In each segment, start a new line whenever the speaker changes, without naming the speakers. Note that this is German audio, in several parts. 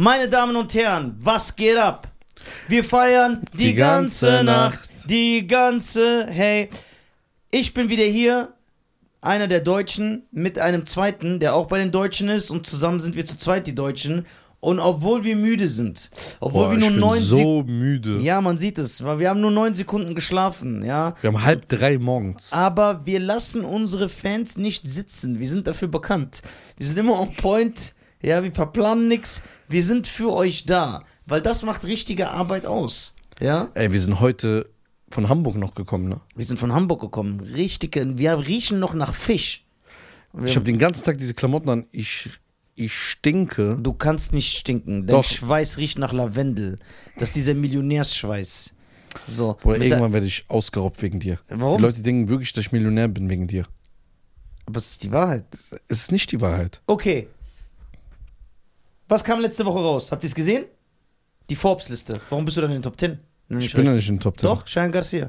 Meine Damen und Herren, was geht ab? Wir feiern die,
Die ganze
ganze, Nacht, die ganze, hey. Ich bin wieder hier, einer der Deutschen, mit einem Zweiten, der auch bei den Deutschen ist und zusammen sind wir zu zweit die Deutschen. Und obwohl wir müde sind, obwohl
Boah,
wir
ich
nur
bin
neun Sekunden...
so müde.
Ja, man sieht es, weil wir haben nur neun Sekunden geschlafen, ja.
Wir haben halb drei morgens.
Ah. Aber wir lassen unsere Fans nicht sitzen. Wir sind dafür bekannt. Wir sind immer on point. Ja, wir verplanen nichts. Wir sind für euch da. Weil das macht richtige Arbeit aus. Ja?
Ey, wir sind heute von Hamburg noch gekommen, ne?
Wir sind von Hamburg gekommen. Richtige. Wir riechen noch nach Fisch. Wir-
Ich habe den ganzen Tag diese Klamotten an. Ich, ich stinke.
Du kannst nicht stinken. Dein
Doch.
Schweiß riecht nach Lavendel. Das ist dieser Millionärsschweiß. So.
Oder
mit der-
irgendwann werde ich ausgeraubt wegen dir.
Warum?
Die Leute denken wirklich, dass ich Millionär bin wegen dir.
Aber es ist die Wahrheit.
Es ist nicht die Wahrheit.
Okay. Was kam letzte Woche raus? Habt ihr es gesehen? Die Forbes-Liste. Warum bist du dann in den Top 10?
Ich bin ja nicht in den Top Ten.
Doch, Cheyenne Garcia.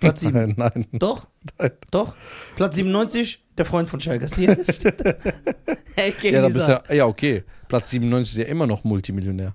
Platz 7.
Nein, nein.
Doch,
nein.
doch. Platz 97, der Freund von Cheyenne Garcia. hey, gegen
Ja, da bist
dieser.
ja, ja, okay. Platz 97 ist ja immer noch Multimillionär.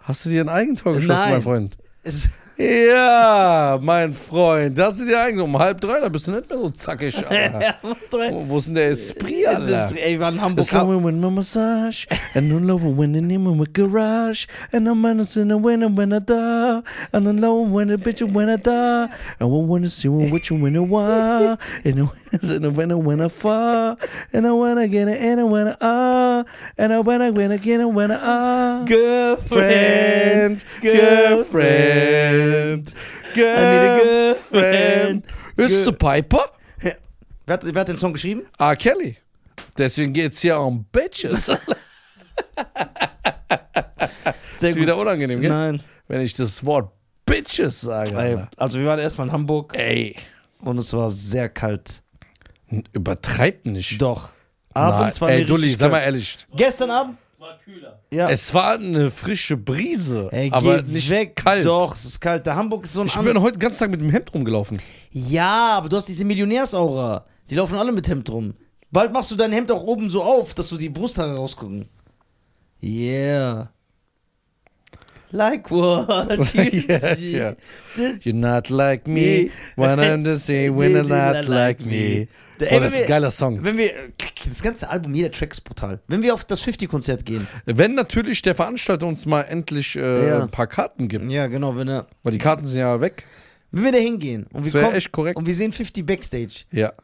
Hast du dir ein Eigentor geschossen,
Nein.
mein Freund?
Es-
Ja, mein Freund. Das ist ja eigentlich um halb drei, da bist du nicht mehr so zackig. Alter.
Ja, macht drei.
wo, wo ist denn der Esprit,
Es ist,
Alter?
ey, wir waren in Hamburg.
It's like we win my massage, and no love when the name of my garage, and I'm minus in the win and when I die, and I know when the bitch and when I die, and we wanna see when what you win and why, and I win in the win and when I fall, and I wanna get it in and when I ah, and I wanna win again and when I ah.
Girlfriend,
Girlfriend, girlfriend,
a girlfriend.
girlfriend. It's the Piper.
Wer hat, wer hat den Song geschrieben?
R. Kelly. Deswegen geht's hier um Bitches.
Sehr
Ist wieder unangenehm, gell?
Nein.
Wenn ich das Wort Bitches sage.
Ey,
Alter.
also, wir waren erstmal in Hamburg
Ey.
und es war sehr kalt.
Übertreib nicht.
Doch. Abends
Na,
war
Ey,
mir
Dulli,
richtig
sag mal
kalt.
ehrlich.
Gestern Abend?
war kühler.
Ja.
Es war eine frische Brise.
Ey,
aber
Äh, geh
nicht
weg.
kalt.
Doch, es ist kalt. Der Hamburg ist so ein
Ich
an-
bin heute den ganzen Tag mit dem Hemd rumgelaufen.
Ja, aber du hast diese Millionärsaura. Die laufen alle mit Hemd rum. Bald machst du dein Hemd auch oben so auf, dass du die Brusthaare rausgucken. Yeah. Like what?
Yeah, yeah. You're not like me, when I'm the same, when you're not like me.
Ey,
Boah,
wenn
das ist
wir-
ein geiler Song.
Wenn wir, das ganze Album, jeder Track ist brutal. Wenn wir auf das 50-Konzert gehen.
Wenn natürlich der Veranstalter uns mal endlich äh,
Ja.
ein paar Karten gibt,
Ja, genau, wenn, er,
weil die Karten sind ja weg.
wenn wir da hingehen und wir,
Das wär
kommen-
echt korrekt.
und wir sehen 50 Backstage.
Ja.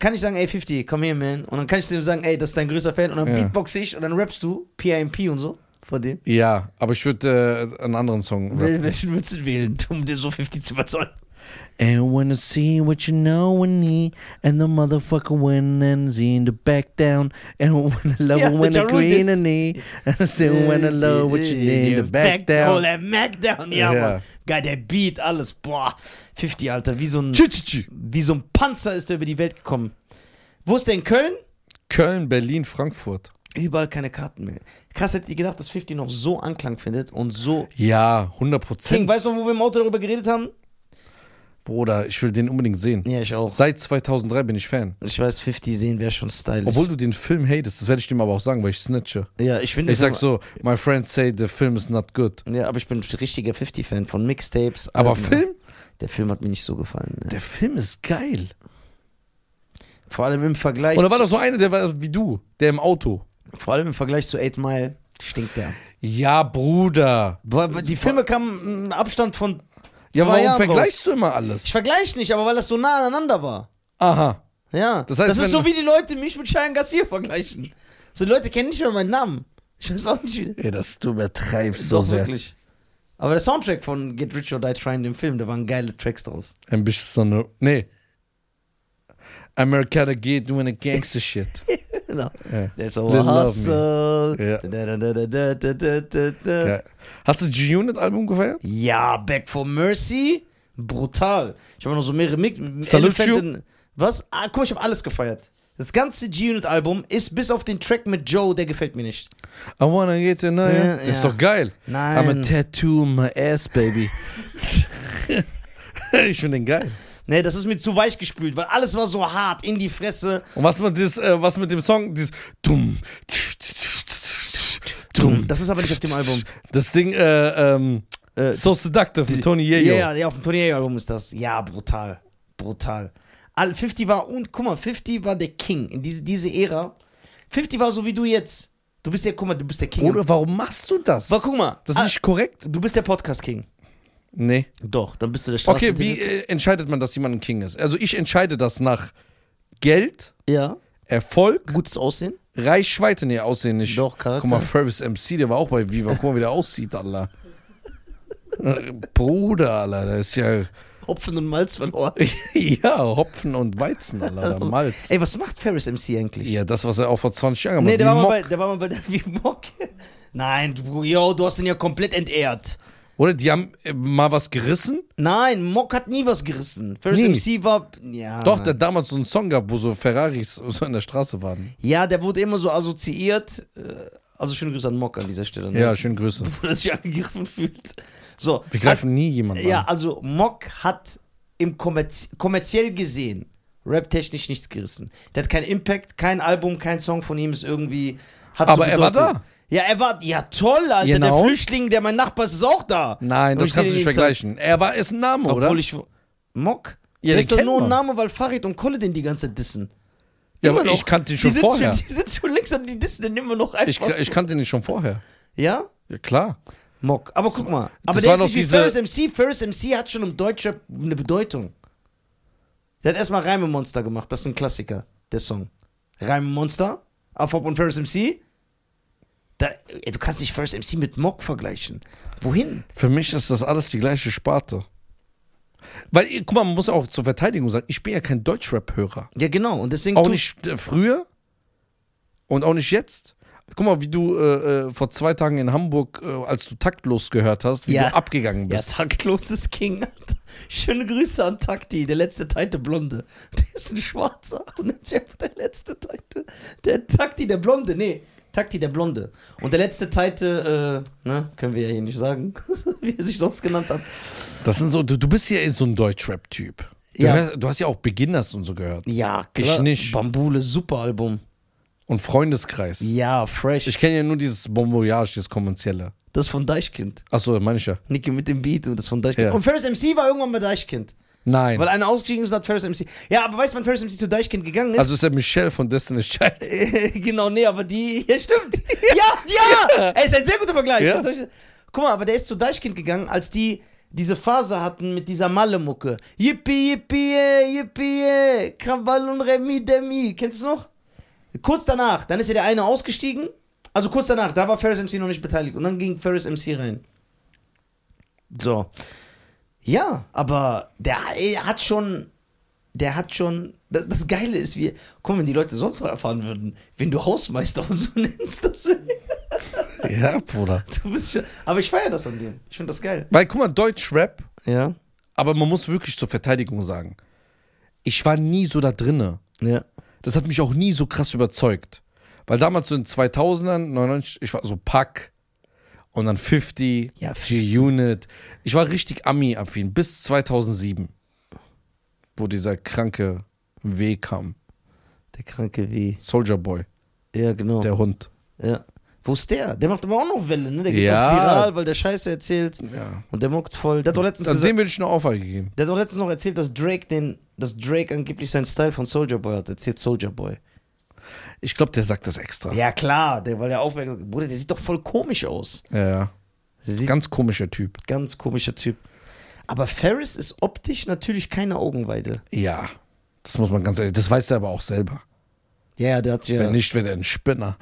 kann ich sagen, ey 50, komm her, man. Und dann kann ich dem sagen, ey, das ist dein größter Fan. Und dann
Ja.
beatbox ich und dann rappst du PIMP und so vor dem.
Ja, aber ich würde äh, einen anderen Song.
Wel-
rappen.
Welchen würdest du wählen, um dir so 50 zu überzeugen?
And wanna see what you know and need, and the motherfucker win and see the back down, and when I love
Yeah,
when
Ja
I
Rule
green
this.
and knee, and I say when
Äh,
I love what you need, the back
Oh,
down.
der Mackdown, ja,
Ja.
Mann. Geil, der Beat, alles. Boah, 50, Alter, wie so ein,
Tschi, tschi, tschi.
wie so ein Panzer ist er über die Welt gekommen. Wo ist der in Köln?
Köln, Berlin, Frankfurt.
Überall keine Karten mehr. Krass, hättet ihr gedacht, dass 50 noch so Anklang findet und so.
Ja, 100
King,
Prozent.
weißt du, noch, wo wir im Auto darüber geredet haben?
Bruder, ich will den unbedingt sehen.
Ja, ich auch.
Seit 2003 bin ich Fan.
Ich weiß, 50 sehen wäre schon stylisch.
Obwohl du den Film hatest, das werde ich dir aber auch sagen, weil ich snitche.
Ja, ich finde.
Ich sag so, my friends say the film is not good.
Ja, aber ich bin ein richtiger 50-Fan von Mixtapes.
Aber
Alben.
Film?
Der Film hat mir nicht so gefallen. Ne?
genau. Der Film ist geil.
Vor allem im Vergleich.
Und da war
zu,
doch so einer, der war wie du, der im Auto.
vor allem im Vergleich zu 8 Mile stinkt der.
Ja, Bruder.
Weil- weil Die Filme kamen im Abstand von zwei
Ja, warum
Jahren raus.
vergleichst du immer alles?
Ich vergleiche nicht, aber weil das so nah aneinander war.
Aha.
Ja.
Das heißt,
das ist
wenn-
so wie die Leute mich mit Cheyenne Garcia vergleichen. So die Leute kennen nicht mehr meinen Namen. Ich weiß auch nicht wie.
Ey, das du übertreibst
Doch, wirklich. Aber der Soundtrack von Get Rich or Die Trying, dem Film, da waren geile Tracks drauf.
Ambitious on the. Nee. Americana Gear doing a gangster shit.
Genau.
Ja.
There's a
Little Love
hustle.
Me. Ja.
Da, da, da, da, da, da, da, da, da.
Ja. Hast du G-Unit-Album gefeiert?
Ja, Back for Mercy. Brutal. Ich habe noch so mehrere Mix.
Salute you.
Elephant in- Was? Ah, guck mal, ich habe alles gefeiert. Das ganze G-Unit-Album ist bis auf den Track mit Joe, der gefällt mir nicht.
I wanna get in
Ja,
there. Das ist
ja.
doch geil.
Nein.
I'm a tattoo on my ass, baby. ich finde den geil.
Nee, das ist mir zu weich gespült, weil alles war so hart in die Fresse.
Und was mit, das, äh, was mit dem Song? Dieses. Dumm.
Tum. Das ist aber nicht auf dem Album.
Das Ding, äh, ähm,
Äh,
So Seductive mit Tony
ja,
Yayo.
ja, ja, auf dem Tony Album ist das. Ja, brutal. Brutal. All- 50 war, und guck mal, 50 war der King in diese, diese Ära. 50 war so wie du jetzt. Du bist ja, guck mal, du bist der King.
Oder warum machst du das?
aber guck mal,
Das ist nicht korrekt?
ah, du bist der Podcast-King.
Nee.
Doch, dann bist du der Straßen
Okay, wie äh, entscheidet man, dass jemand ein King ist? Also ich entscheide das nach Geld,
Ja,
Erfolg,
gutes Aussehen.
Reichweite, nee, Aussehen nicht.
Doch, Charakter.
Guck mal, Fervis MC, der war auch bei Viva. Guck mal, wie der aussieht, Alter. Bruder, Alter, der ist ja.
Hopfen und Malz verloren.
ja, Hopfen und Weizen, Alter,
Oh.
oder Malz.
Ey, was macht Ferris MC eigentlich?
Ja, das, was er auch vor 20 Jahren
Nee, der war,
gemacht
mal
hat.
bei, der war mal bei der wie Mock. Nein, du, yo, du hast ihn ja komplett entehrt.
Oder die haben äh, mal was gerissen.
Nein, Mock hat nie was gerissen. Ferris
Nie.
MC war. Ja,
Doch,
Mann.
der hat damals so einen Song gab, wo so Ferraris so an der Straße waren.
ja, der wurde immer so assoziiert. äh, Also schöne Grüße an Mock an dieser Stelle. Ne?
Ja, schöne Grüße.
Dass sich angegriffen fühlt. So.
Wir greifen nie jemanden
Ja,
an.
also Mock hat im Kommerz kommerziell gesehen, rap-technisch nichts gerissen. Der hat keinen Impact, kein Album, kein Song von ihm ist irgendwie. Hat
Aber er war
Bedeutung. Ja, er war. Ja, toll, Alter.
Genau.
Der Flüchtling, der mein Nachbar ist, ist auch da.
Nein,
Und
das
ich
kannst
seh
du nicht
den jeden
vergleichen. Er war, ist ein Name,
Tag.
oder?
Obwohl ich. Mock?
Ja,
der
den
ist doch
kennt
nur ein
man.
Name, weil Farid und Kolle den die ganze Zeit dissen.
ja, aber
Immer noch.
ich kannte ihn schon
die sind
vorher.
Schon, die sind schon längst an die dissen, den nehmen wir noch einfach.
ich, ich kannte ihn schon vorher.
ja?
Ja, klar.
Mock. Aber guck mal. Aber
das
der
war
ist
doch
nicht wie
diese-
Ferris MC. Ferris MC hat schon im Deutschrap eine Bedeutung. Der hat erstmal Reime Monster gemacht. Das ist ein Klassiker, der Song. Reime Monster, Afrop und Ferris MC. Da, ey, du kannst nicht Ferris MC mit Mock vergleichen. Wohin?
Für mich ist das alles die gleiche Sparte. Weil, ihr- guck mal, man muss auch zur Verteidigung sagen, ich bin ja kein Deutschrap-Hörer.
Ja, genau. Und deswegen.
Auch
tu-
nicht äh, früher und auch nicht jetzt. Guck mal, wie du äh, äh, vor zwei Tagen in Hamburg, äh, als du taktlos gehört hast, wie
Ja.
du abgegangen
Ja,
bist.
taktlos ist King, Alter. Schöne Grüße an Takti, der letzte Teite Blonde. Der ist ein Schwarzer und nennt sich einfach der letzte Teite. Der Takti, der Blonde, nee, Takti, der Blonde. Und der letzte Teite, äh, ne, können wir ja hier nicht sagen, wie er sich sonst genannt hat.
Das sind so, du, du bist ja eh so ein Deutschrap-Typ. Du,
Ja.
hörst- du hast ja auch Beginners und so gehört.
Ja,
Ich nicht.
Bambule, super Album.
Und Freundeskreis.
Ja, fresh.
Ich kenne ja nur dieses Bon Voyage, dieses kommerzielle.
das ist von Deichkind.
Achso, meine ich ja.
Nicky mit dem Beat und das ist von Deichkind.
Ja.
Und Ferris MC war irgendwann bei Deichkind.
Nein.
Weil einer ausgestiegen ist und hat Ferris MC. Ja, aber weißt du, wann Ferris MC zu Deichkind gegangen ist?
also ist der Michelle von Destiny's Child.
Äh, genau, nee, aber die. Ja, stimmt. ja, ja! Ey, ist ein sehr guter Vergleich.
Ja.
Jetzt hab ich- Guck mal, aber der ist zu Deichkind gegangen, als die diese Phase hatten mit dieser Malle-Mucke. Yippie, yippie, yeah, yippie, yeah. Krawall und Remi, Demi. Kennst du es noch? Kurz danach, dann ist ja der eine ausgestiegen. Also kurz danach, da war Ferris MC noch nicht beteiligt. Und dann ging Ferris MC rein. So. Ja, aber der ey, hat schon der hat schon. Das, das Geile ist, wie. Guck, mal, wenn die Leute sonst noch erfahren würden, wenn du Hausmeister und so nennst, das du
ja, Bruder.
bist schon. Aber ich feiere das an dem. Ich finde das geil.
Weil, guck mal, Deutschrap,
Ja.
aber man muss wirklich zur Verteidigung sagen, ich war nie so da drinne.
Ja.
Das hat mich auch nie so krass überzeugt. Weil damals so in 2000ern, 99, ich war so Pack und dann 50,
Ja,
G-Unit. Ich war richtig Ami-affin bis 2007, wo dieser kranke W kam.
Der kranke W.
Soldier Boy,
Ja, genau.
der Hund.
ja. Wo ist der? Der macht aber auch noch Welle, ne? Der geht
Ja.
oft viral, weil der Scheiße erzählt.
Ja.
Und der mockt voll. Der hat doch letztens
Also
gesagt.
dem würde ich eine Ohrfeige geben.
Der hat doch letztens noch erzählt, dass Drake den, dass Drake angeblich seinen Style von Soldier Boy hat. Erzählt Soldier Boy.
Ich glaube, der sagt das extra.
Ja klar, der, weil der aufmerksam. Bruder, der sieht doch voll komisch aus.
Ja, ja.
Der sieht
Ganz komischer Typ.
Ganz komischer Typ. Aber Ferris ist optisch natürlich keine Augenweide.
Ja. Das muss man ganz ehrlich, das weiß der aber auch selber.
Ja, ja, der hat sich ja.
Wenn nicht, wäre der ein Spinner.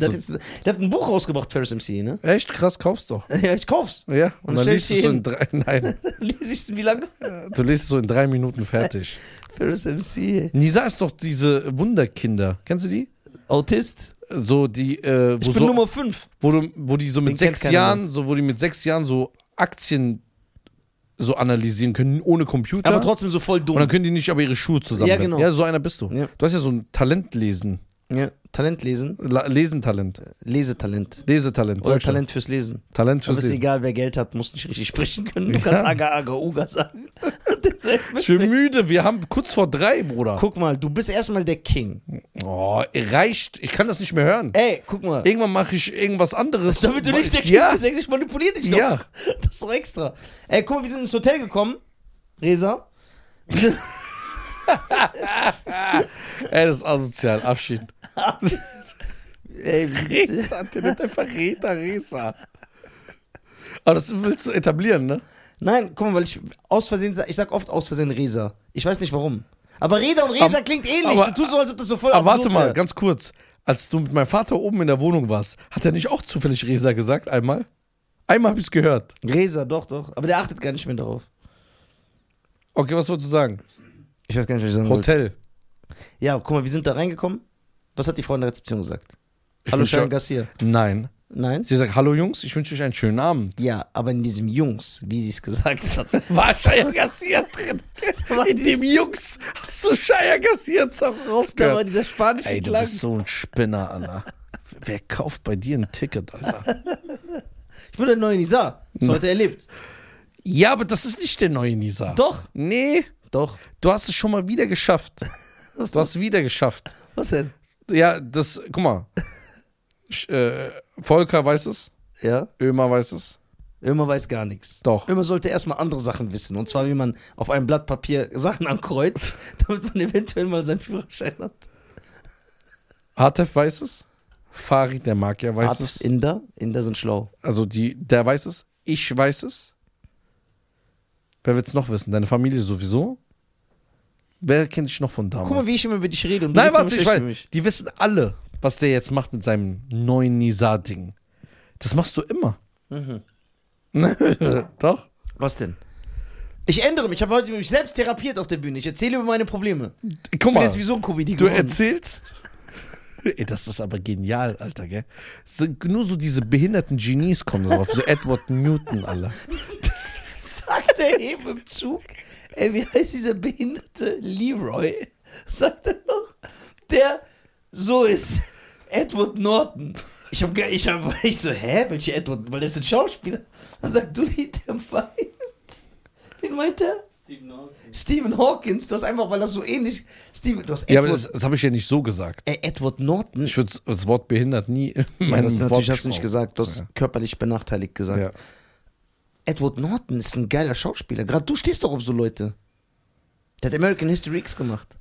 der, hat jetzt, der hat ein Buch rausgebracht, Ferris MC, ne?
Echt krass, kaufst doch.
Ja, ich kauf's.
Ja, und,
Und
dann
stellst
liest du es so in
ihn.
drei, nein,
Lies ich wie lange?
du liest es so in drei Minuten fertig.
Ferris MC.
Nisa ist doch diese Wunderkinder, kennst du die?
Autist?
So die, äh, wo,
Ich bin
so,
Nummer 5.
wo, du, wo die so mit
Den kennt
sechs
keiner
Jahren, so wo die mit sechs Jahren so Aktien so analysieren können ohne Computer.
Aber trotzdem so voll
und
dumm.
dann können die nicht aber ihre Schuhe zusammen.
Ja, genau.
ja so einer bist du.
Ja.
Du hast ja so ein Talentlesen.
Ja, Talent lesen.
La Lesentalent.
Lesetalent.
Lesetalent.
Oder
sag schon.
Talent fürs Lesen.
Talent
Aber
fürs
ist
Lesen.
egal, wer Geld hat, muss nicht richtig sprechen können. Du kannst Aga, Aga, Uga sagen.
Ich bin müde. Wir haben kurz vor drei, Bruder.
Guck mal, du bist erstmal der King.
Oh, reicht. Ich kann das nicht mehr hören.
Ey, guck mal.
Irgendwann mache ich irgendwas anderes.
Damit du nicht der King
ja.
bist, ich manipuliere dich doch.
Ja.
Das ist doch extra. Ey, guck mal, wir sind ins Hotel gekommen. Resa.
Ey, das ist asozial. Abschied.
Ey, wir-
Resa, der nennt einfach Reta Resa. Aber das willst du etablieren, ne?
Nein, guck mal, weil ich aus Versehen sag, ich sag oft aus Versehen Resa. Ich weiß nicht warum. Aber Reda und Resa
Aber-
klingt ähnlich.
aber-
du tust so, als ob das so voll
Aber warte
absurd
mal,
wäre.
ganz kurz. Als du mit meinem Vater oben in der Wohnung warst, hat er nicht auch zufällig Resa gesagt? Einmal? Einmal habe ich es gehört.
Resa, doch, doch. Aber der achtet gar nicht mehr darauf.
Okay, was wolltest du sagen?
Ich weiß gar nicht, was ich sagen wollte.
Hotel.
Ja, guck mal, wir sind da reingekommen. Was hat die Frau in der Rezeption gesagt?
Ich
Hallo,
wünsche-
Sharon Garcia.
Nein.
Nein?
Sie sagt, hallo Jungs, ich wünsche euch einen schönen Abend.
Ja, aber in diesem Jungs, wie sie es gesagt hat.
War Shaya Garcia drin? In dem Jungs hast du Shaya Garcia
da war
rausgehört.
dieser spanische
Ey, du
Klang.
bist so ein Spinner, Alter. Wer kauft bei dir ein Ticket, Alter?
Ich bin der neue Nisa.
Ne.
Das heute erlebt.
Ja, aber das ist nicht der neue Nisa.
Doch.
Nee,
Doch.
du hast es schon mal wieder geschafft. Du hast es wieder geschafft.
Was denn?
Ja, das, guck mal. Sch, äh, Volker weiß es,
Ja.
Ömer weiß es.
Ömer weiß gar nichts.
Doch.
Ömer sollte erstmal andere Sachen wissen. Und zwar, wie man auf einem Blatt Papier Sachen ankreuzt, damit man eventuell mal seinen Führerschein hat.
Hatef weiß es. Farid, der Magier, weiß
Artifs
es.
Inder. Inder sind schlau.
Also die, der weiß es. Ich weiß es. Wer wird's noch wissen? Deine Familie sowieso? Wer kennt dich noch von damals?
Guck mal, wie ich immer über dich rede. Und du
Nein,
redest
warte,
immer
ich
schlecht über
weiß. Die wissen alle, was der jetzt macht mit seinem neuen Nisa-Ding. Das machst du immer.
Mhm.
Doch.
mich. Was denn? Ich ändere mich. Ich habe heute mich selbst therapiert auf der Bühne. Ich erzähle über meine Probleme.
Guck
Ich bin
mal.
jetzt wie so ein Comedy
Du
geworden.
erzählst. Ey, das ist aber genial, Alter, gell? So, nur so diese behinderten Genies kommen drauf. So Edward Newton, Alter.
sagt er eben im Zug, ey, wie heißt dieser behinderte Leroy? Sagt er noch, der so ist. Edward Norton. Ich hab, ge- ich hab, ich so, hä, welcher Edward? Weil der ist ein Schauspieler. Dann sagt du, der weint. Wen meint er?
Stephen Hawking.
Stephen Hawkins. Du hast einfach, weil das so ähnlich. Steven, du hast
Ja,
Edward,
aber das, das habe ich ja nicht so gesagt.
ey, Edward Norton.
Ich würde das Wort behindert nie in
Ja,
meinem
das natürlich
Wort
hast du nicht gesagt. Du hast körperlich benachteiligt gesagt.
Ja.
Edward Norton ist ein geiler Schauspieler. Gerade du stehst doch auf so Leute. Der hat American History X gemacht.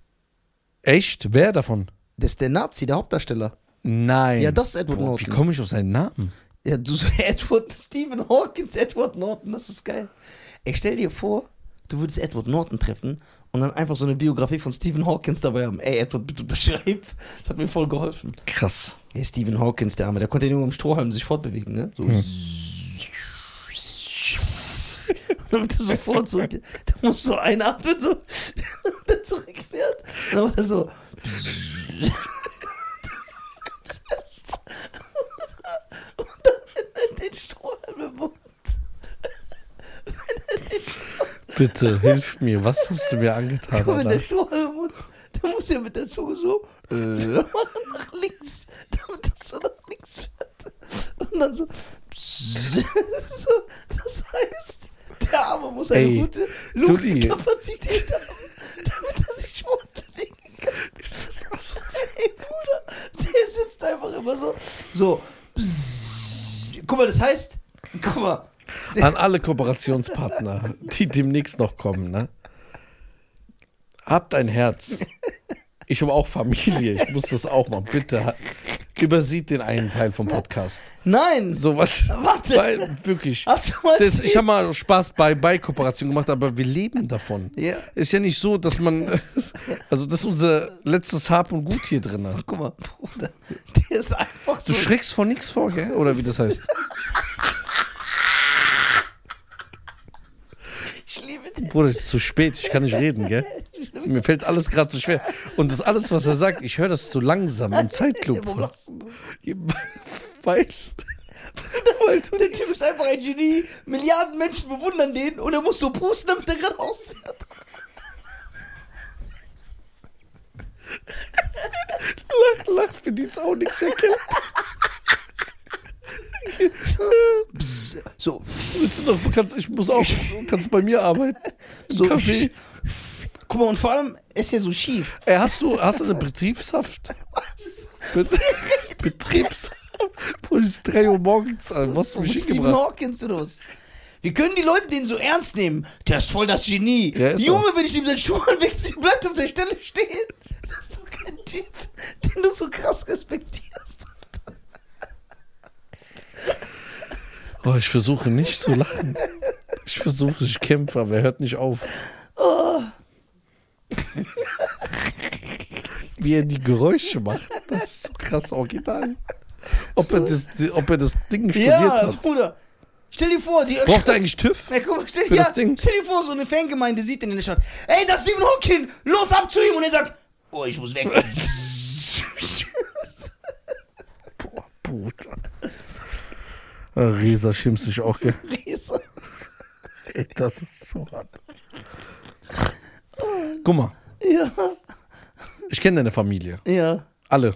Echt? Wer davon?
Das ist der Nazi, der Hauptdarsteller.
Nein.
Ja, das ist Edward
Boah, Wie
Norton.
komme ich auf seinen Namen?
Ja, du so Edward, Stephen Hawkins, Edward Norton, das ist geil. Ey, stell dir vor, du würdest Edward Norton treffen und dann einfach so eine Biografie von Stephen Hawkins dabei haben. Ey, Edward, bitte unterschreib. Das hat mir voll geholfen.
Krass.
Ey, Stephen Hawkins, der Arme, der konnte ja nur im Strohhalm sich fortbewegen, ne? So. Damit er sofort so, der muss so einatmen, so, und dann zurückfährt. Und dann macht er so. Und dann, wenn er den Strohhalm im Mund.
Bitte, hilf mir. Was hast du mir angetan,
Wenn der
Alter?
Strohhalm im Mund, der muss ja mit der Zunge so äh, machen nach links, damit das so nach links fährt. Und dann so, so das heißt, der Arme muss eine
Ey,
gute
Dulli.
Lungenkapazität haben, damit er sich fortbewegen kann. Ist das Ey, Bruder, der sitzt einfach immer so, so, guck mal, das heißt, guck mal,
An alle Kooperationspartner, die demnächst noch kommen, ne? Habt ein Herz. Ich habe auch Familie. Ich muss das auch mal. Bitte ha- übersieht den einen Teil vom Podcast.
nein,
Sowas.
Warte.
Weil, wirklich.
hast du mal
Das, ich habe mal Spaß bei Beikooperation gemacht, aber wir leben davon.
ja.
Ist ja nicht so, dass man. Also, das ist unser letztes Hab und Gut hier drin.
Guck mal, Bruder, der ist einfach so.
Du schreckst vor nichts vor, gell? Oder wie das heißt.
Ich liebe den.
Bruder, es ist zu spät, ich kann nicht reden, gell? Mir fällt alles gerade zu schwer. Und das alles, was er sagt, ich höre das zu langsam im Zeitclub.
Warum
Bruder.
lachst du?
Weil. Weil du
Der Typ ist einfach ein Genie. Milliarden Menschen bewundern den und er muss so pusten, damit er gerade ausfährt.
lacht, lacht, verdient auch nichts erkennen.
Bzz, so,
Willst du noch, kannst, ich muss auch, kannst bei mir arbeiten. Im
so.
Café.
Guck mal, und vor allem ist er so schief.
Ey, hast du, hast du eine Betriebshaft? Bet Betriebshaft? Wo ich 3 Uhr morgens an, was du mich
Stephen
hingebracht?
Hawkins oder was? Wir können die Leute den so ernst nehmen. Der ist voll das Genie.
Ja, ist
Junge, wenn ich ihm seinen Schuh anwechsel, bleibt auf der Stelle stehen. Das ist so kein Typ, den du so krass respektierst.
Oh, ich versuche nicht zu lachen. Ich versuche, ich kämpfe, aber er hört nicht auf. Oh. Wie er die Geräusche macht, das ist so krass original. Ob er das, ob er das Ding studiert
Ja,
hat.
Bruder. Stell dir vor, die.
Braucht er eigentlich TÜV?
Ja, guck mal, stell,
Für
ja,
das Ding.
stell dir vor, so eine Fangemeinde sieht den in der Stadt. Ey, das ist Stephen Hawking! Los ab zu ihm! Und er sagt, oh, ich muss weg.
Boah, Bruder. Ah, Resa schimpft sich auch, gell?
Riese.
Ey, das ist so hart. Guck mal,
ja.
ich kenne deine Familie.
Ja.
Alle.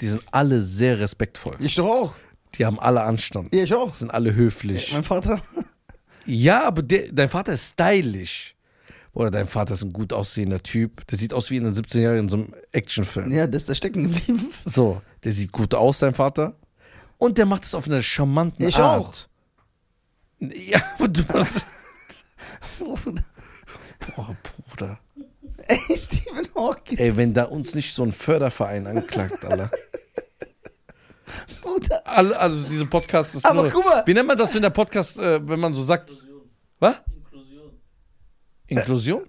Die sind alle sehr respektvoll.
Ich doch auch.
Die haben alle Anstand.
Ja, ich auch.
Sind alle höflich.
Mein Vater.
Ja, aber der, dein Vater ist stylisch. Oder dein Vater ist ein gut aussehender Typ. Der sieht aus wie in den 17 Jahren in so einem Actionfilm.
Ja, der ist da stecken geblieben.
So, der sieht gut aus, dein Vater. Und der macht es auf eine charmanten
Ich
Art. Ich auch. Ja, aber du. Boah, Bruder.
Ey, Stephen Hawking,
Ey, wenn da uns nicht so ein Förderverein anklagt, Alter.
Bruder.
Alle, also diese Podcast ist
Aber
nur,
guck mal.
Wie nennt man das, wenn der Podcast, äh, wenn man so sagt,
Inklusion.
was?
Inklusion.
Inklusion?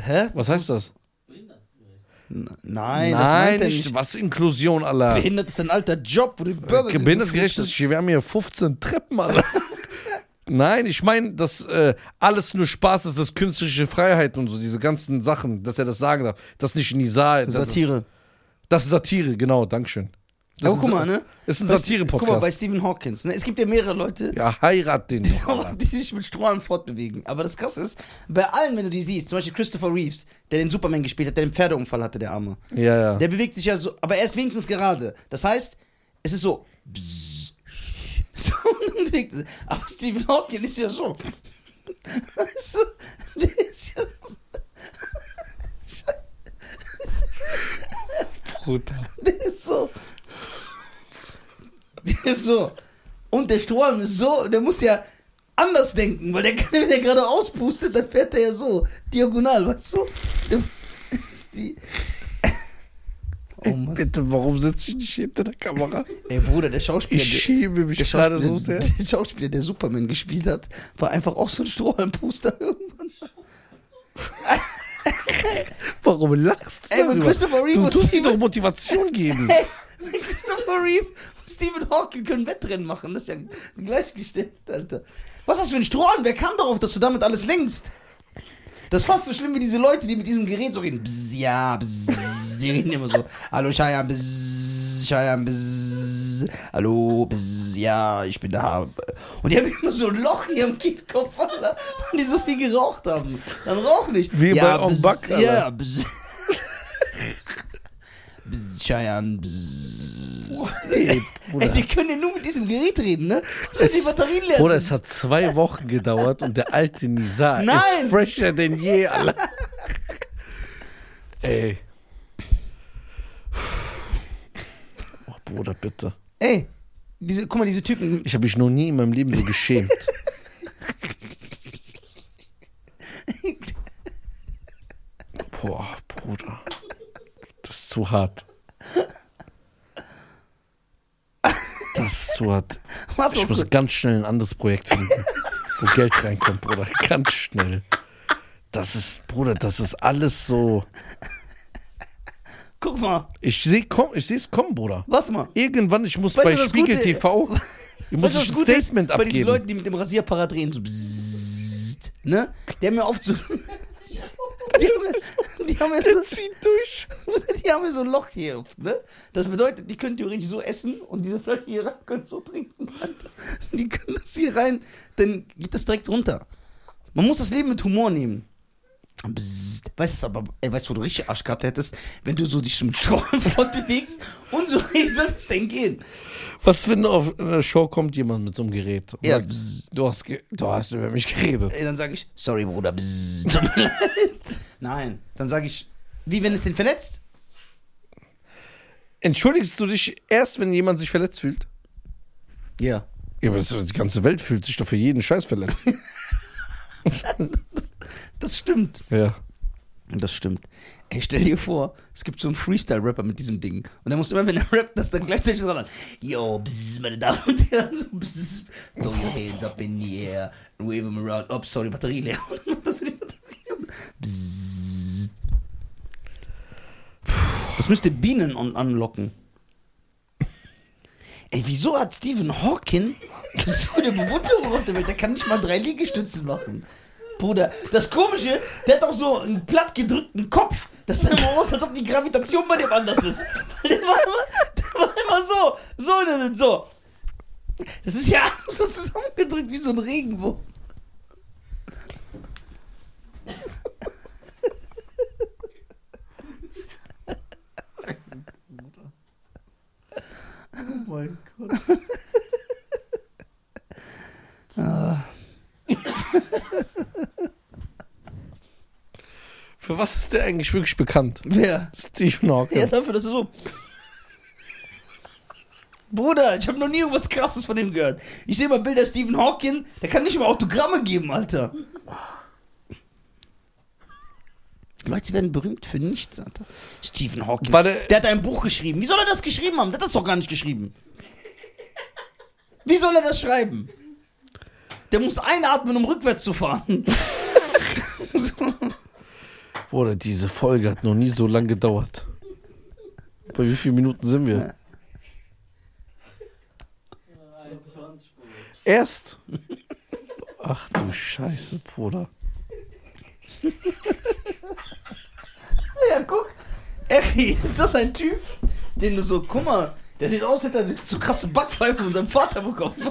Hä?
Was heißt das?
Behindertengerecht.
N- Nein, das
Nein,
meint er
nicht.
nicht.
Was Inklusion, Alter?
Behindert ist ein alter Job, wo du Burger
Behindert
gefühlt
gerechnet, wir haben hier 15 Treppen, Alter. Nein, ich meine, dass äh, alles nur Spaß ist, dass künstlerische Freiheit und so, diese ganzen Sachen, dass er das sagen darf. Das nicht in die Saal.
hast.
Das,
Satire.
das ist Satire, genau, Dankeschön. Das
Aber
ist
guck
ein-
mal, ne?
Ist ein
Bei-
Satire-Podcast.
Guck mal, bei Stephen Hawkins, ne? Es gibt ja mehrere Leute,
ja, heirat den. doch, Alter.
die sich mit Strahlen fortbewegen. Aber das krasse ist, bei allen, wenn du die siehst, zum Beispiel Christopher Reeves, der den Superman gespielt hat, der den Pferdeunfall hatte, der Arme.
Ja, ja.
Der bewegt sich ja so, aber er ist wenigstens gerade. Das heißt, es ist so. bzzz, So, und dann bewegt er sich. aber Stephen Hawking ist ja so. Weißt du, der ist ja
Bruder.
Der ist so. Der ist so. Und der Strohhalm ist so, der muss ja anders denken, weil der kann, wenn der gerade auspustet, dann fährt er ja so. Diagonal, weißt du? Der, ist die, oh Mann.
Bitte, warum sitze ich nicht hinter der Kamera?
Ey Bruder, der Schauspieler.
Ich
der-
schäme mich
der
gerade
Schauspieler-
so sehr.
Der Schauspieler, der Superman gespielt hat, war einfach auch so ein Strohhalmpuster irgendwann.
Warum lachst du
Ey, mit
darüber?
Christopher Reeve
Du
und
tust ihm
Steven-
doch Motivation geben.
Ey, Christopher Reeve und Stephen Hawking können Wettrennen machen. Das ist ja gleichgestellt, Alter. Was hast du für ein Strahlen? Wer kam darauf, dass du damit alles längst? Das ist fast so schlimm wie diese Leute, die mit diesem Gerät so reden. Bzz, ja, bzz. Die reden immer so. Hallo, Cheyenne, bzz. Cheyenne, bzz. Hallo, bzz. Ja, ich bin da. Und die haben immer so ein Loch hier im Kehlkopf, Alter, weil die so viel geraucht haben. Dann rauch nicht.
Wie
ja,
bei On
bzz,
Buck, Alter.
Ja, bzz. Bzz, Cheyenne, bzz.
Ey,
Ey,
Bruder.
die können ja nur mit diesem Gerät reden, ne? Was, wenn die Batterien leer
Bruder,
sind?
es hat zwei Wochen gedauert und der alte Nizar
Nein!
ist fresher denn je, Alter. Ey. Oh, Bruder, bitte.
Ey, diese, guck mal, diese Typen.
Ich habe mich noch nie in meinem Leben so geschämt. Boah, Bruder. Das ist zu hart. Das ist zu hart.
Warte mal
Ich
kurz.
muss ganz schnell ein anderes Projekt finden, wo Geld reinkommt, Bruder. Ganz schnell. Das ist, Bruder, das ist alles so.
Guck mal,
Ich sehe komm, ich es kommen, Bruder.
warte mal.
Irgendwann, ich muss
Weißt
bei
du, was
Spiegel
Gute-
TV,
Weißt
ich muss
du,
ich
was
ein
gut ist?
Statement
Bei diesen
abgeben.
Leuten, die mit dem Rasierapparat reden, so bzzzt, ne? Die haben ja oft so. Die haben, ja- die, haben ja so,
Zieht durch.
die haben ja so ein Loch hier, ne? Das bedeutet, die können theoretisch so essen und diese Flasche hier rein können so trinken. Alter. Die können das hier rein, dann geht das direkt runter. Man muss das Leben mit Humor nehmen. Bzzzt. Weißt du, aber, ey, weißt du, wo du richtig Arsch gehabt hättest, wenn du so dich zum Stromfront bewegst und so ich soll das denn gehen?
Was, wenn auf einer Show kommt jemand mit so einem Gerät? und
Ja.
sagt, Du hast, ge- du hast über mich geredet.
Ey, dann sage ich, sorry, Bruder, bzzzt. Tut mir leid. Nein, dann sage ich, wie wenn es den verletzt?
Entschuldigst du dich erst, wenn jemand sich verletzt fühlt?
Ja.
Ja, aber das, die ganze Welt fühlt sich doch für jeden Scheiß verletzt.
Das stimmt.
ja.
Das stimmt. Ey, stell dir vor, es gibt so einen Freestyle-Rapper mit diesem Ding. Und er muss immer, wenn er rappt, das dann gleichzeitig dran. Yo, bzzz, meine Damen und Herren, so bzzz, throw your hands up in the air and wave them around. Oh, sorry, Batterie leer. Und das wird die Batterie. Bzzz. Das müsste Bienen an anlocken. Ey, wieso hat Stephen Hawking so eine Bewunderung auf der Welt? Der kann nicht mal drei Liegestützen machen. Bruder, das Komische, der hat auch so einen platt gedrückten Kopf. Das sah immer aus, als ob die Gravitation bei dem anders ist. Weil Der war immer, der war immer so, so, und so. Das ist ja so zusammengedrückt wie so ein Regenbogen.
Oh mein Gott.
Für was ist der eigentlich wirklich bekannt?
Wer?
Stephen
Ja,
Hawkins.
dafür, dass du so. Bruder, ich habe noch nie irgendwas krasses von dem gehört. Ich sehe mal Bilder Stephen Hawking, der kann nicht mal Autogramme geben, Alter. Die Leute werden berühmt für nichts, Alter. Stephen Hawking.
War
Der,
der-
hat ein Buch geschrieben. Wie soll er das geschrieben haben? Der hat das doch gar nicht geschrieben. Wie soll er das schreiben? Der muss einatmen, um rückwärts zu fahren.
Bruder, diese Folge hat noch nie so lang gedauert. Bei wie vielen Minuten sind wir?
21 Uhr.
Erst? Ach du Scheiße, Bruder.
Ja, guck. Ey, ist das ein Typ, den du so, guck mal, der sieht aus, als hätte er eine so krasse Backpfeife von seinem Vater bekommen.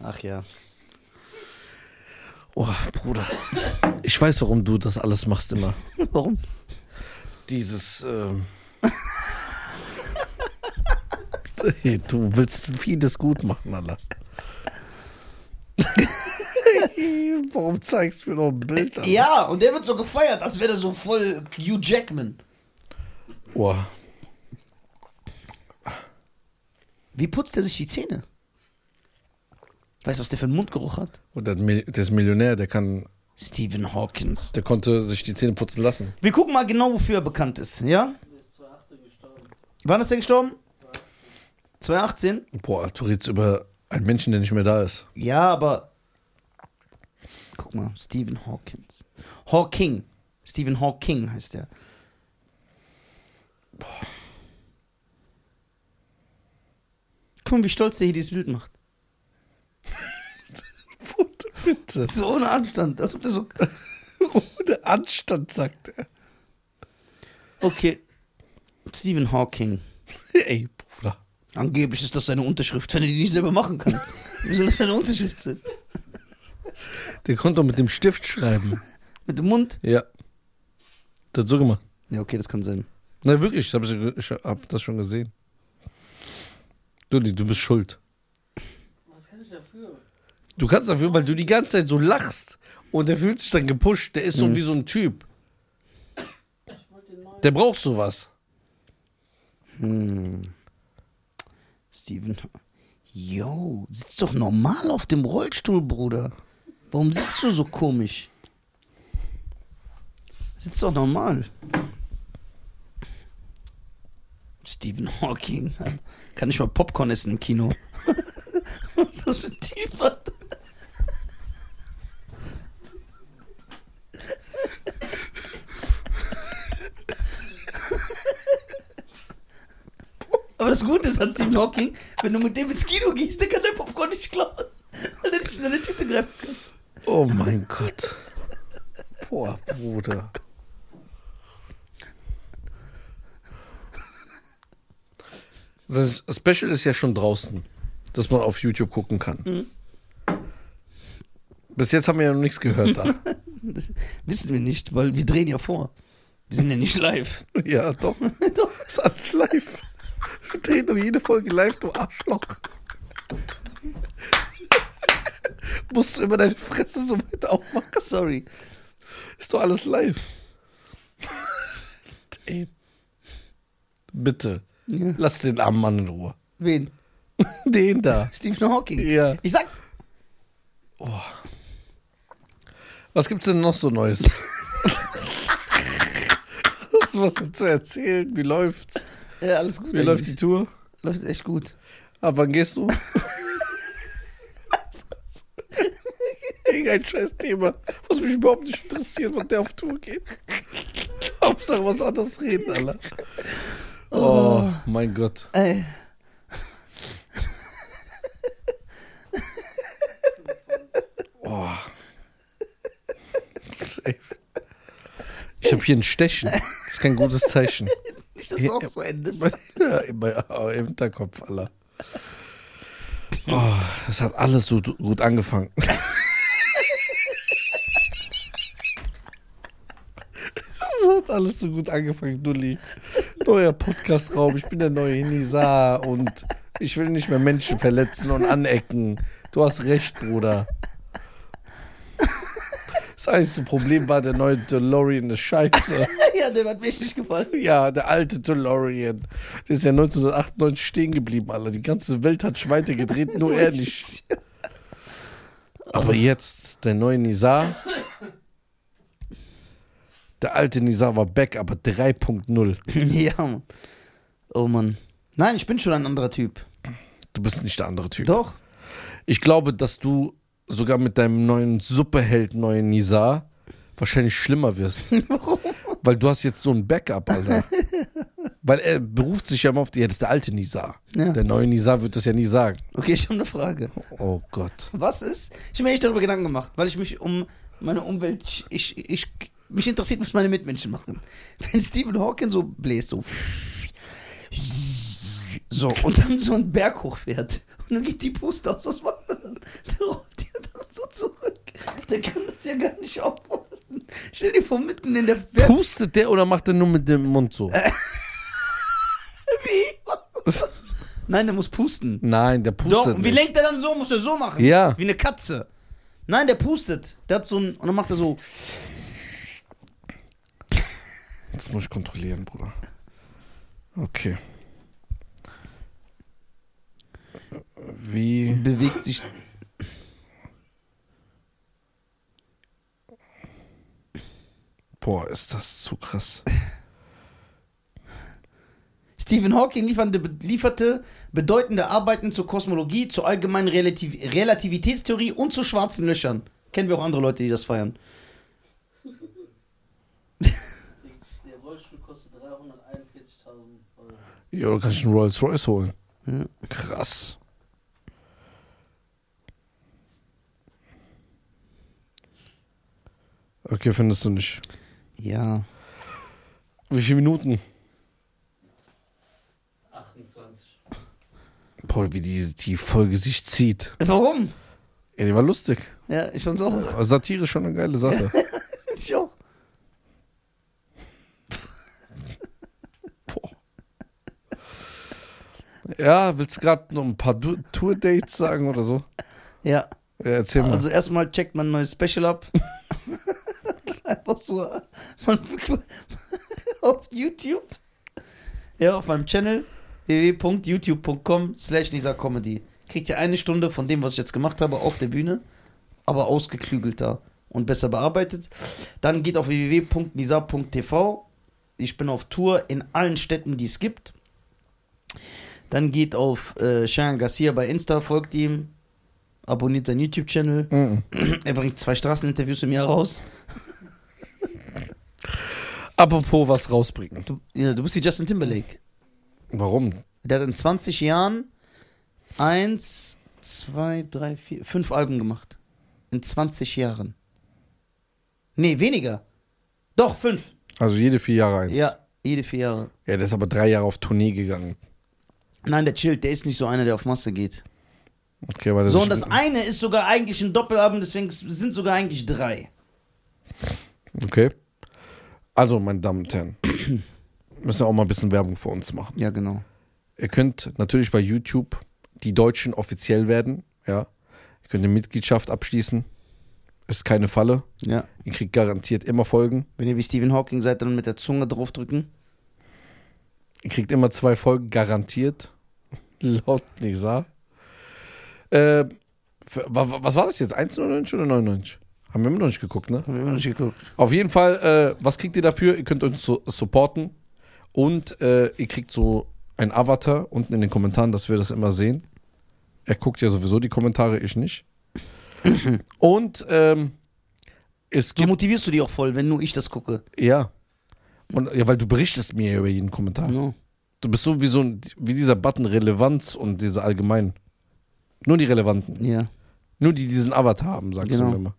Ach ja.
Oh, Bruder. Ich weiß, warum du das alles machst immer.
Warum?
Dieses, ähm. Hey, du willst vieles gut machen, Alter. warum zeigst du mir noch ein Bild an?
Ja, und der wird so gefeiert, als wäre der so voll Hugh Jackman.
Oh,
Wie putzt er sich die Zähne? Weißt du, was der für einen Mundgeruch hat?
und der, Mil- der ist Millionär, der kann,
Stephen Hawkins.
der konnte sich die Zähne putzen lassen.
Wir gucken mal genau, wofür er bekannt ist, ja?
Der ist 2018 gestorben.
Wann ist der gestorben? 2018?
Boah, du redest über einen Menschen, der nicht mehr da ist.
Ja, aber. Guck mal, Stephen Hawkins. Hawking. Stephen Hawking heißt der. Guck mal, wie stolz der hier dieses Bild macht.
Bruder, bitte.
So ohne Anstand. Als ob der so.
Ohne Anstand, sagt er.
Okay. Stephen Hawking.
Ey, Bruder.
Angeblich ist das seine Unterschrift, wenn er die nicht selber machen kann. Wie soll das seine Unterschrift sein?
Der konnte doch mit dem Stift schreiben.
Mit dem Mund?
ja. Der hat so gemacht.
Ja, okay, das kann sein.
Na wirklich, ich hab, ich hab das schon gesehen. Dulli, du bist schuld.
Was kann ich dafür?
Du kannst dafür, weil du die ganze Zeit so lachst und der fühlt sich dann gepusht. Der ist so wie so ein Typ.
Ich wollte den neuen.
Der braucht sowas.
Hm. Steven. Yo, sitz doch normal auf dem Rollstuhl, Bruder. Warum sitzt du so komisch? Sitz doch normal. Stephen Hawking. Kann ich mal Popcorn essen im Kino? Was ist das für ein Typ? Alter? Aber das Gute ist an Stephen Hawking, wenn du mit dem ins Kino gehst, der kann dein Popcorn nicht klauen. Weil der nicht in deine Tüte greifen kann.
Oh mein Gott. Boah, Bruder. Sein Special ist ja schon draußen, dass man auf YouTube gucken kann. Bis jetzt haben wir ja noch nichts gehört da.
Wissen wir nicht, weil wir drehen ja vor. Wir sind ja nicht live.
ja, doch.
Doch.
Ist alles live. Wir drehen doch jede Folge live, du Arschloch. Musst du immer deine Fresse so weit aufmachen.
Sorry.
Ist doch alles live. Ey. Bitte,
Ja.
lass den armen Mann in Ruhe.
Wen?
Den da.
Stephen Hawking.
Ja.
Ich sag,
Was gibt's denn noch so Neues? Hast du was zu erzählen? Wie läuft's?
ja, äh, alles gut.
Wie läuft die
eigentlich.
Tour?
läuft echt gut.
Ab wann gehst du? Irgendein scheiß Thema, was mich überhaupt nicht interessiert, wann der auf Tour geht. Hauptsache was anderes reden, Alter. Oh, mein Gott.
Ey.
Oh. Ey. Ich habe hier ein Stechen. Das ist kein gutes Zeichen.
Nicht, dass du auch so endest.
Ja, immer oh, im Hinterkopf, Alter. Oh, es hat alles so du- gut angefangen. Es hat alles so gut angefangen, Dulli. Neuer Podcastraum, ich bin der neue Nisar und ich will nicht mehr Menschen verletzen und anecken. Du hast recht, Bruder. Das einzige Problem war, der neue DeLorean ist scheiße.
Ja, dem hat mich nicht gefallen.
Ja, der alte DeLorean. Der ist ja 1998 stehen geblieben, Alter. Die ganze Welt hat schon weitergedreht, nur er nicht. Aber jetzt, der neue Nizar. Der alte Nizar war back, aber 3.0.
Ja, Mann. Oh Mann. Nein, ich bin schon ein anderer Typ.
Du bist nicht der andere Typ.
Doch.
Ich glaube, dass du sogar mit deinem neuen Suppeheld, neuen Nizar, wahrscheinlich schlimmer wirst. Weil du hast jetzt so ein Backup, Alter. Weil er beruft sich ja immer auf die, ja, das ist der alte Nizar.
Ja.
Der neue Nizar wird das ja nie sagen.
Okay, ich habe eine Frage.
Oh Gott.
Was ist? Ich habe mir echt darüber Gedanken gemacht, weil ich mich um meine Umwelt. Ich, ich, ich, mich interessiert, was meine Mitmenschen machen. Wenn Stephen Hawking so bläst, so. So, und dann so einen Berg hochfährt. Und dann geht die Puste aus. Was macht er dann? Der rollt ja dann so zurück. Der kann das ja gar nicht aufholen. Stell dir vor, mitten in der Äh, Berg.
Pustet der oder macht er nur mit dem Mund so?
Nein, der muss pusten.
Nein, der pustet
Doch, und
nicht.
wie lenkt er dann so? Muss er so machen?
Ja.
Wie eine Katze. Nein, der pustet. Der hat so ein. Und dann macht er so.
Das muss ich kontrollieren, Bruder. Okay. Wie?
Bewegt sich.
Boah, ist das zu krass.
Stephen Hawking liefernde, lieferte bedeutende Arbeiten zur Kosmologie, zur allgemeinen Relativ Relativitätstheorie und zu schwarzen Löchern. Kennen wir auch andere Leute, die das feiern.
Der Rollstuhl kostet 341.000 Euro.
Ja, du kannst einen Rolls Royce holen.
Ja.
Krass. Okay, findest du nicht.
Ja.
Wie viele Minuten?
28.
Boah, wie die, die Folge sich zieht.
Äh, Warum?
Ja, die war lustig.
Ja, ich fand's auch.
Aber Satire ist schon eine geile Sache.
Ich auch.
Ja, willst du gerade noch ein paar Du- Tour-Dates sagen oder so?
Ja.
Ja, erzähl mal.
Also erstmal checkt man ein neues Special ab. Einfach so. Man, auf YouTube. Ja, auf meinem Channel www.youtube.com slash Comedy. Kriegt ihr eine Stunde von dem, was ich jetzt gemacht habe, auf der Bühne, aber ausgeklügelter und besser bearbeitet. Dann geht auf www.nisa.tv. Ich bin auf Tour in allen Städten, die es gibt. Dann geht auf äh, Cheyenne Garcia bei Insta, folgt ihm, abonniert seinen YouTube-Channel.
Mhm.
Er bringt zwei Straßeninterviews im Jahr raus.
Apropos was rausbringen.
Du, ja, du bist wie Justin Timberlake.
Warum?
Der hat in 20 Jahren eins, zwei, drei, vier, fünf Alben gemacht. In 20 Jahren. Nee, weniger. Doch, fünf.
Also jede vier Jahre eins.
Ja, jede vier Jahre.
Ja, der ist aber drei Jahre auf Tournee gegangen.
Nein, der chillt, der ist nicht so einer, der auf Masse geht.
Okay, aber das
So,
ist
und das eine ist sogar eigentlich ein Doppelabend, deswegen sind sogar eigentlich drei.
Okay. Also, meine Damen und Herren, müssen wir auch mal ein bisschen Werbung für uns machen.
Ja, genau.
Ihr könnt natürlich bei YouTube die Deutschen offiziell werden. Ja. Ihr könnt eine Mitgliedschaft abschließen. Ist keine Falle.
Ja.
Ihr kriegt garantiert immer Folgen.
Wenn ihr wie Stephen Hawking seid, dann mit der Zunge draufdrücken.
Ihr kriegt immer zwei Folgen garantiert. Laut Nisa. Äh, für- wa- wa- was war das jetzt? 1,99 oder 99? Haben wir immer noch nicht geguckt, ne?
Haben wir immer noch nicht geguckt.
Auf jeden Fall, äh, was kriegt ihr dafür? Ihr könnt uns so supporten und äh, ihr kriegt so ein Avatar unten in den Kommentaren, dass wir das immer sehen. Er guckt ja sowieso die Kommentare, ich nicht. Und ähm, es
So
gibt
motivierst du die auch voll, wenn nur ich das gucke.
ja. Und ja, weil du berichtest mir ja über jeden Kommentar.
No.
Du bist so wie so ein, wie dieser Button Relevanz und diese allgemeinen. Nur die relevanten,
Ja.
nur die diesen Avatar haben, sagst
Genau.
du mir immer.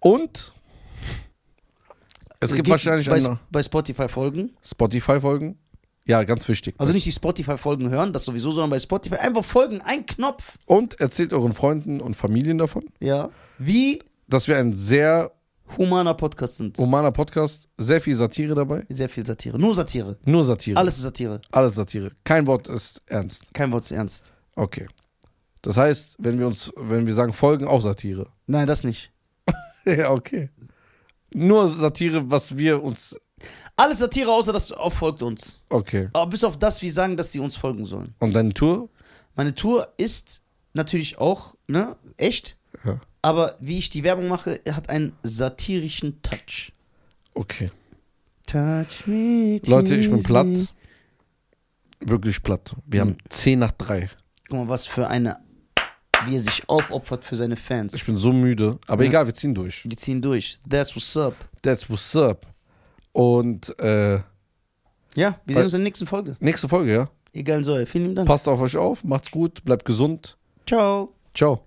Und es gibt
Also Geht
wahrscheinlich
bei,
einen-
bei Spotify Folgen.
Spotify-Folgen. Ja, ganz wichtig.
Also nicht die Spotify Folgen hören, das sowieso, sondern bei Spotify einfach Folgen, ein Knopf.
und erzählt euren Freunden und Familien davon,
Ja. Wie
dass wir ein sehr
humaner Podcast sind.
humaner Podcast, sehr viel Satire dabei.
Sehr viel Satire. Nur Satire.
Nur Satire.
Alles ist Satire.
Alles Satire. Kein Wort ist ernst.
Kein Wort ist ernst.
Okay. Das heißt, wenn wir uns, wenn wir sagen Folgen, auch Satire.
Nein, das nicht.
ja, okay. Nur Satire, was wir uns.
Alles Satire, außer das auch folgt uns.
Okay.
Aber bis auf das, wir sagen, dass sie uns folgen sollen.
Und deine Tour?
Meine Tour ist natürlich auch, ne, echt.
Ja.
Aber wie ich die Werbung mache, hat einen satirischen Touch.
Okay.
Touch me.
Leute, ich bin
tease
platt.
me.
Wirklich platt. Wir haben 10 nach 3.
Guck mal, was für eine. Wie er sich aufopfert für seine
Ich
Fans.
bin so müde. Aber
Ja.
egal, wir ziehen durch.
Die ziehen durch. That's what's up.
That's what's up. Und äh,
Ja, wir
Weil-
sehen uns in der nächsten Folge.
nächste Folge, ja.
Mhm. Egal, so. Vielen lieben Dank.
Passt auf euch auf, macht's gut, bleibt gesund.
Ciao.
Ciao.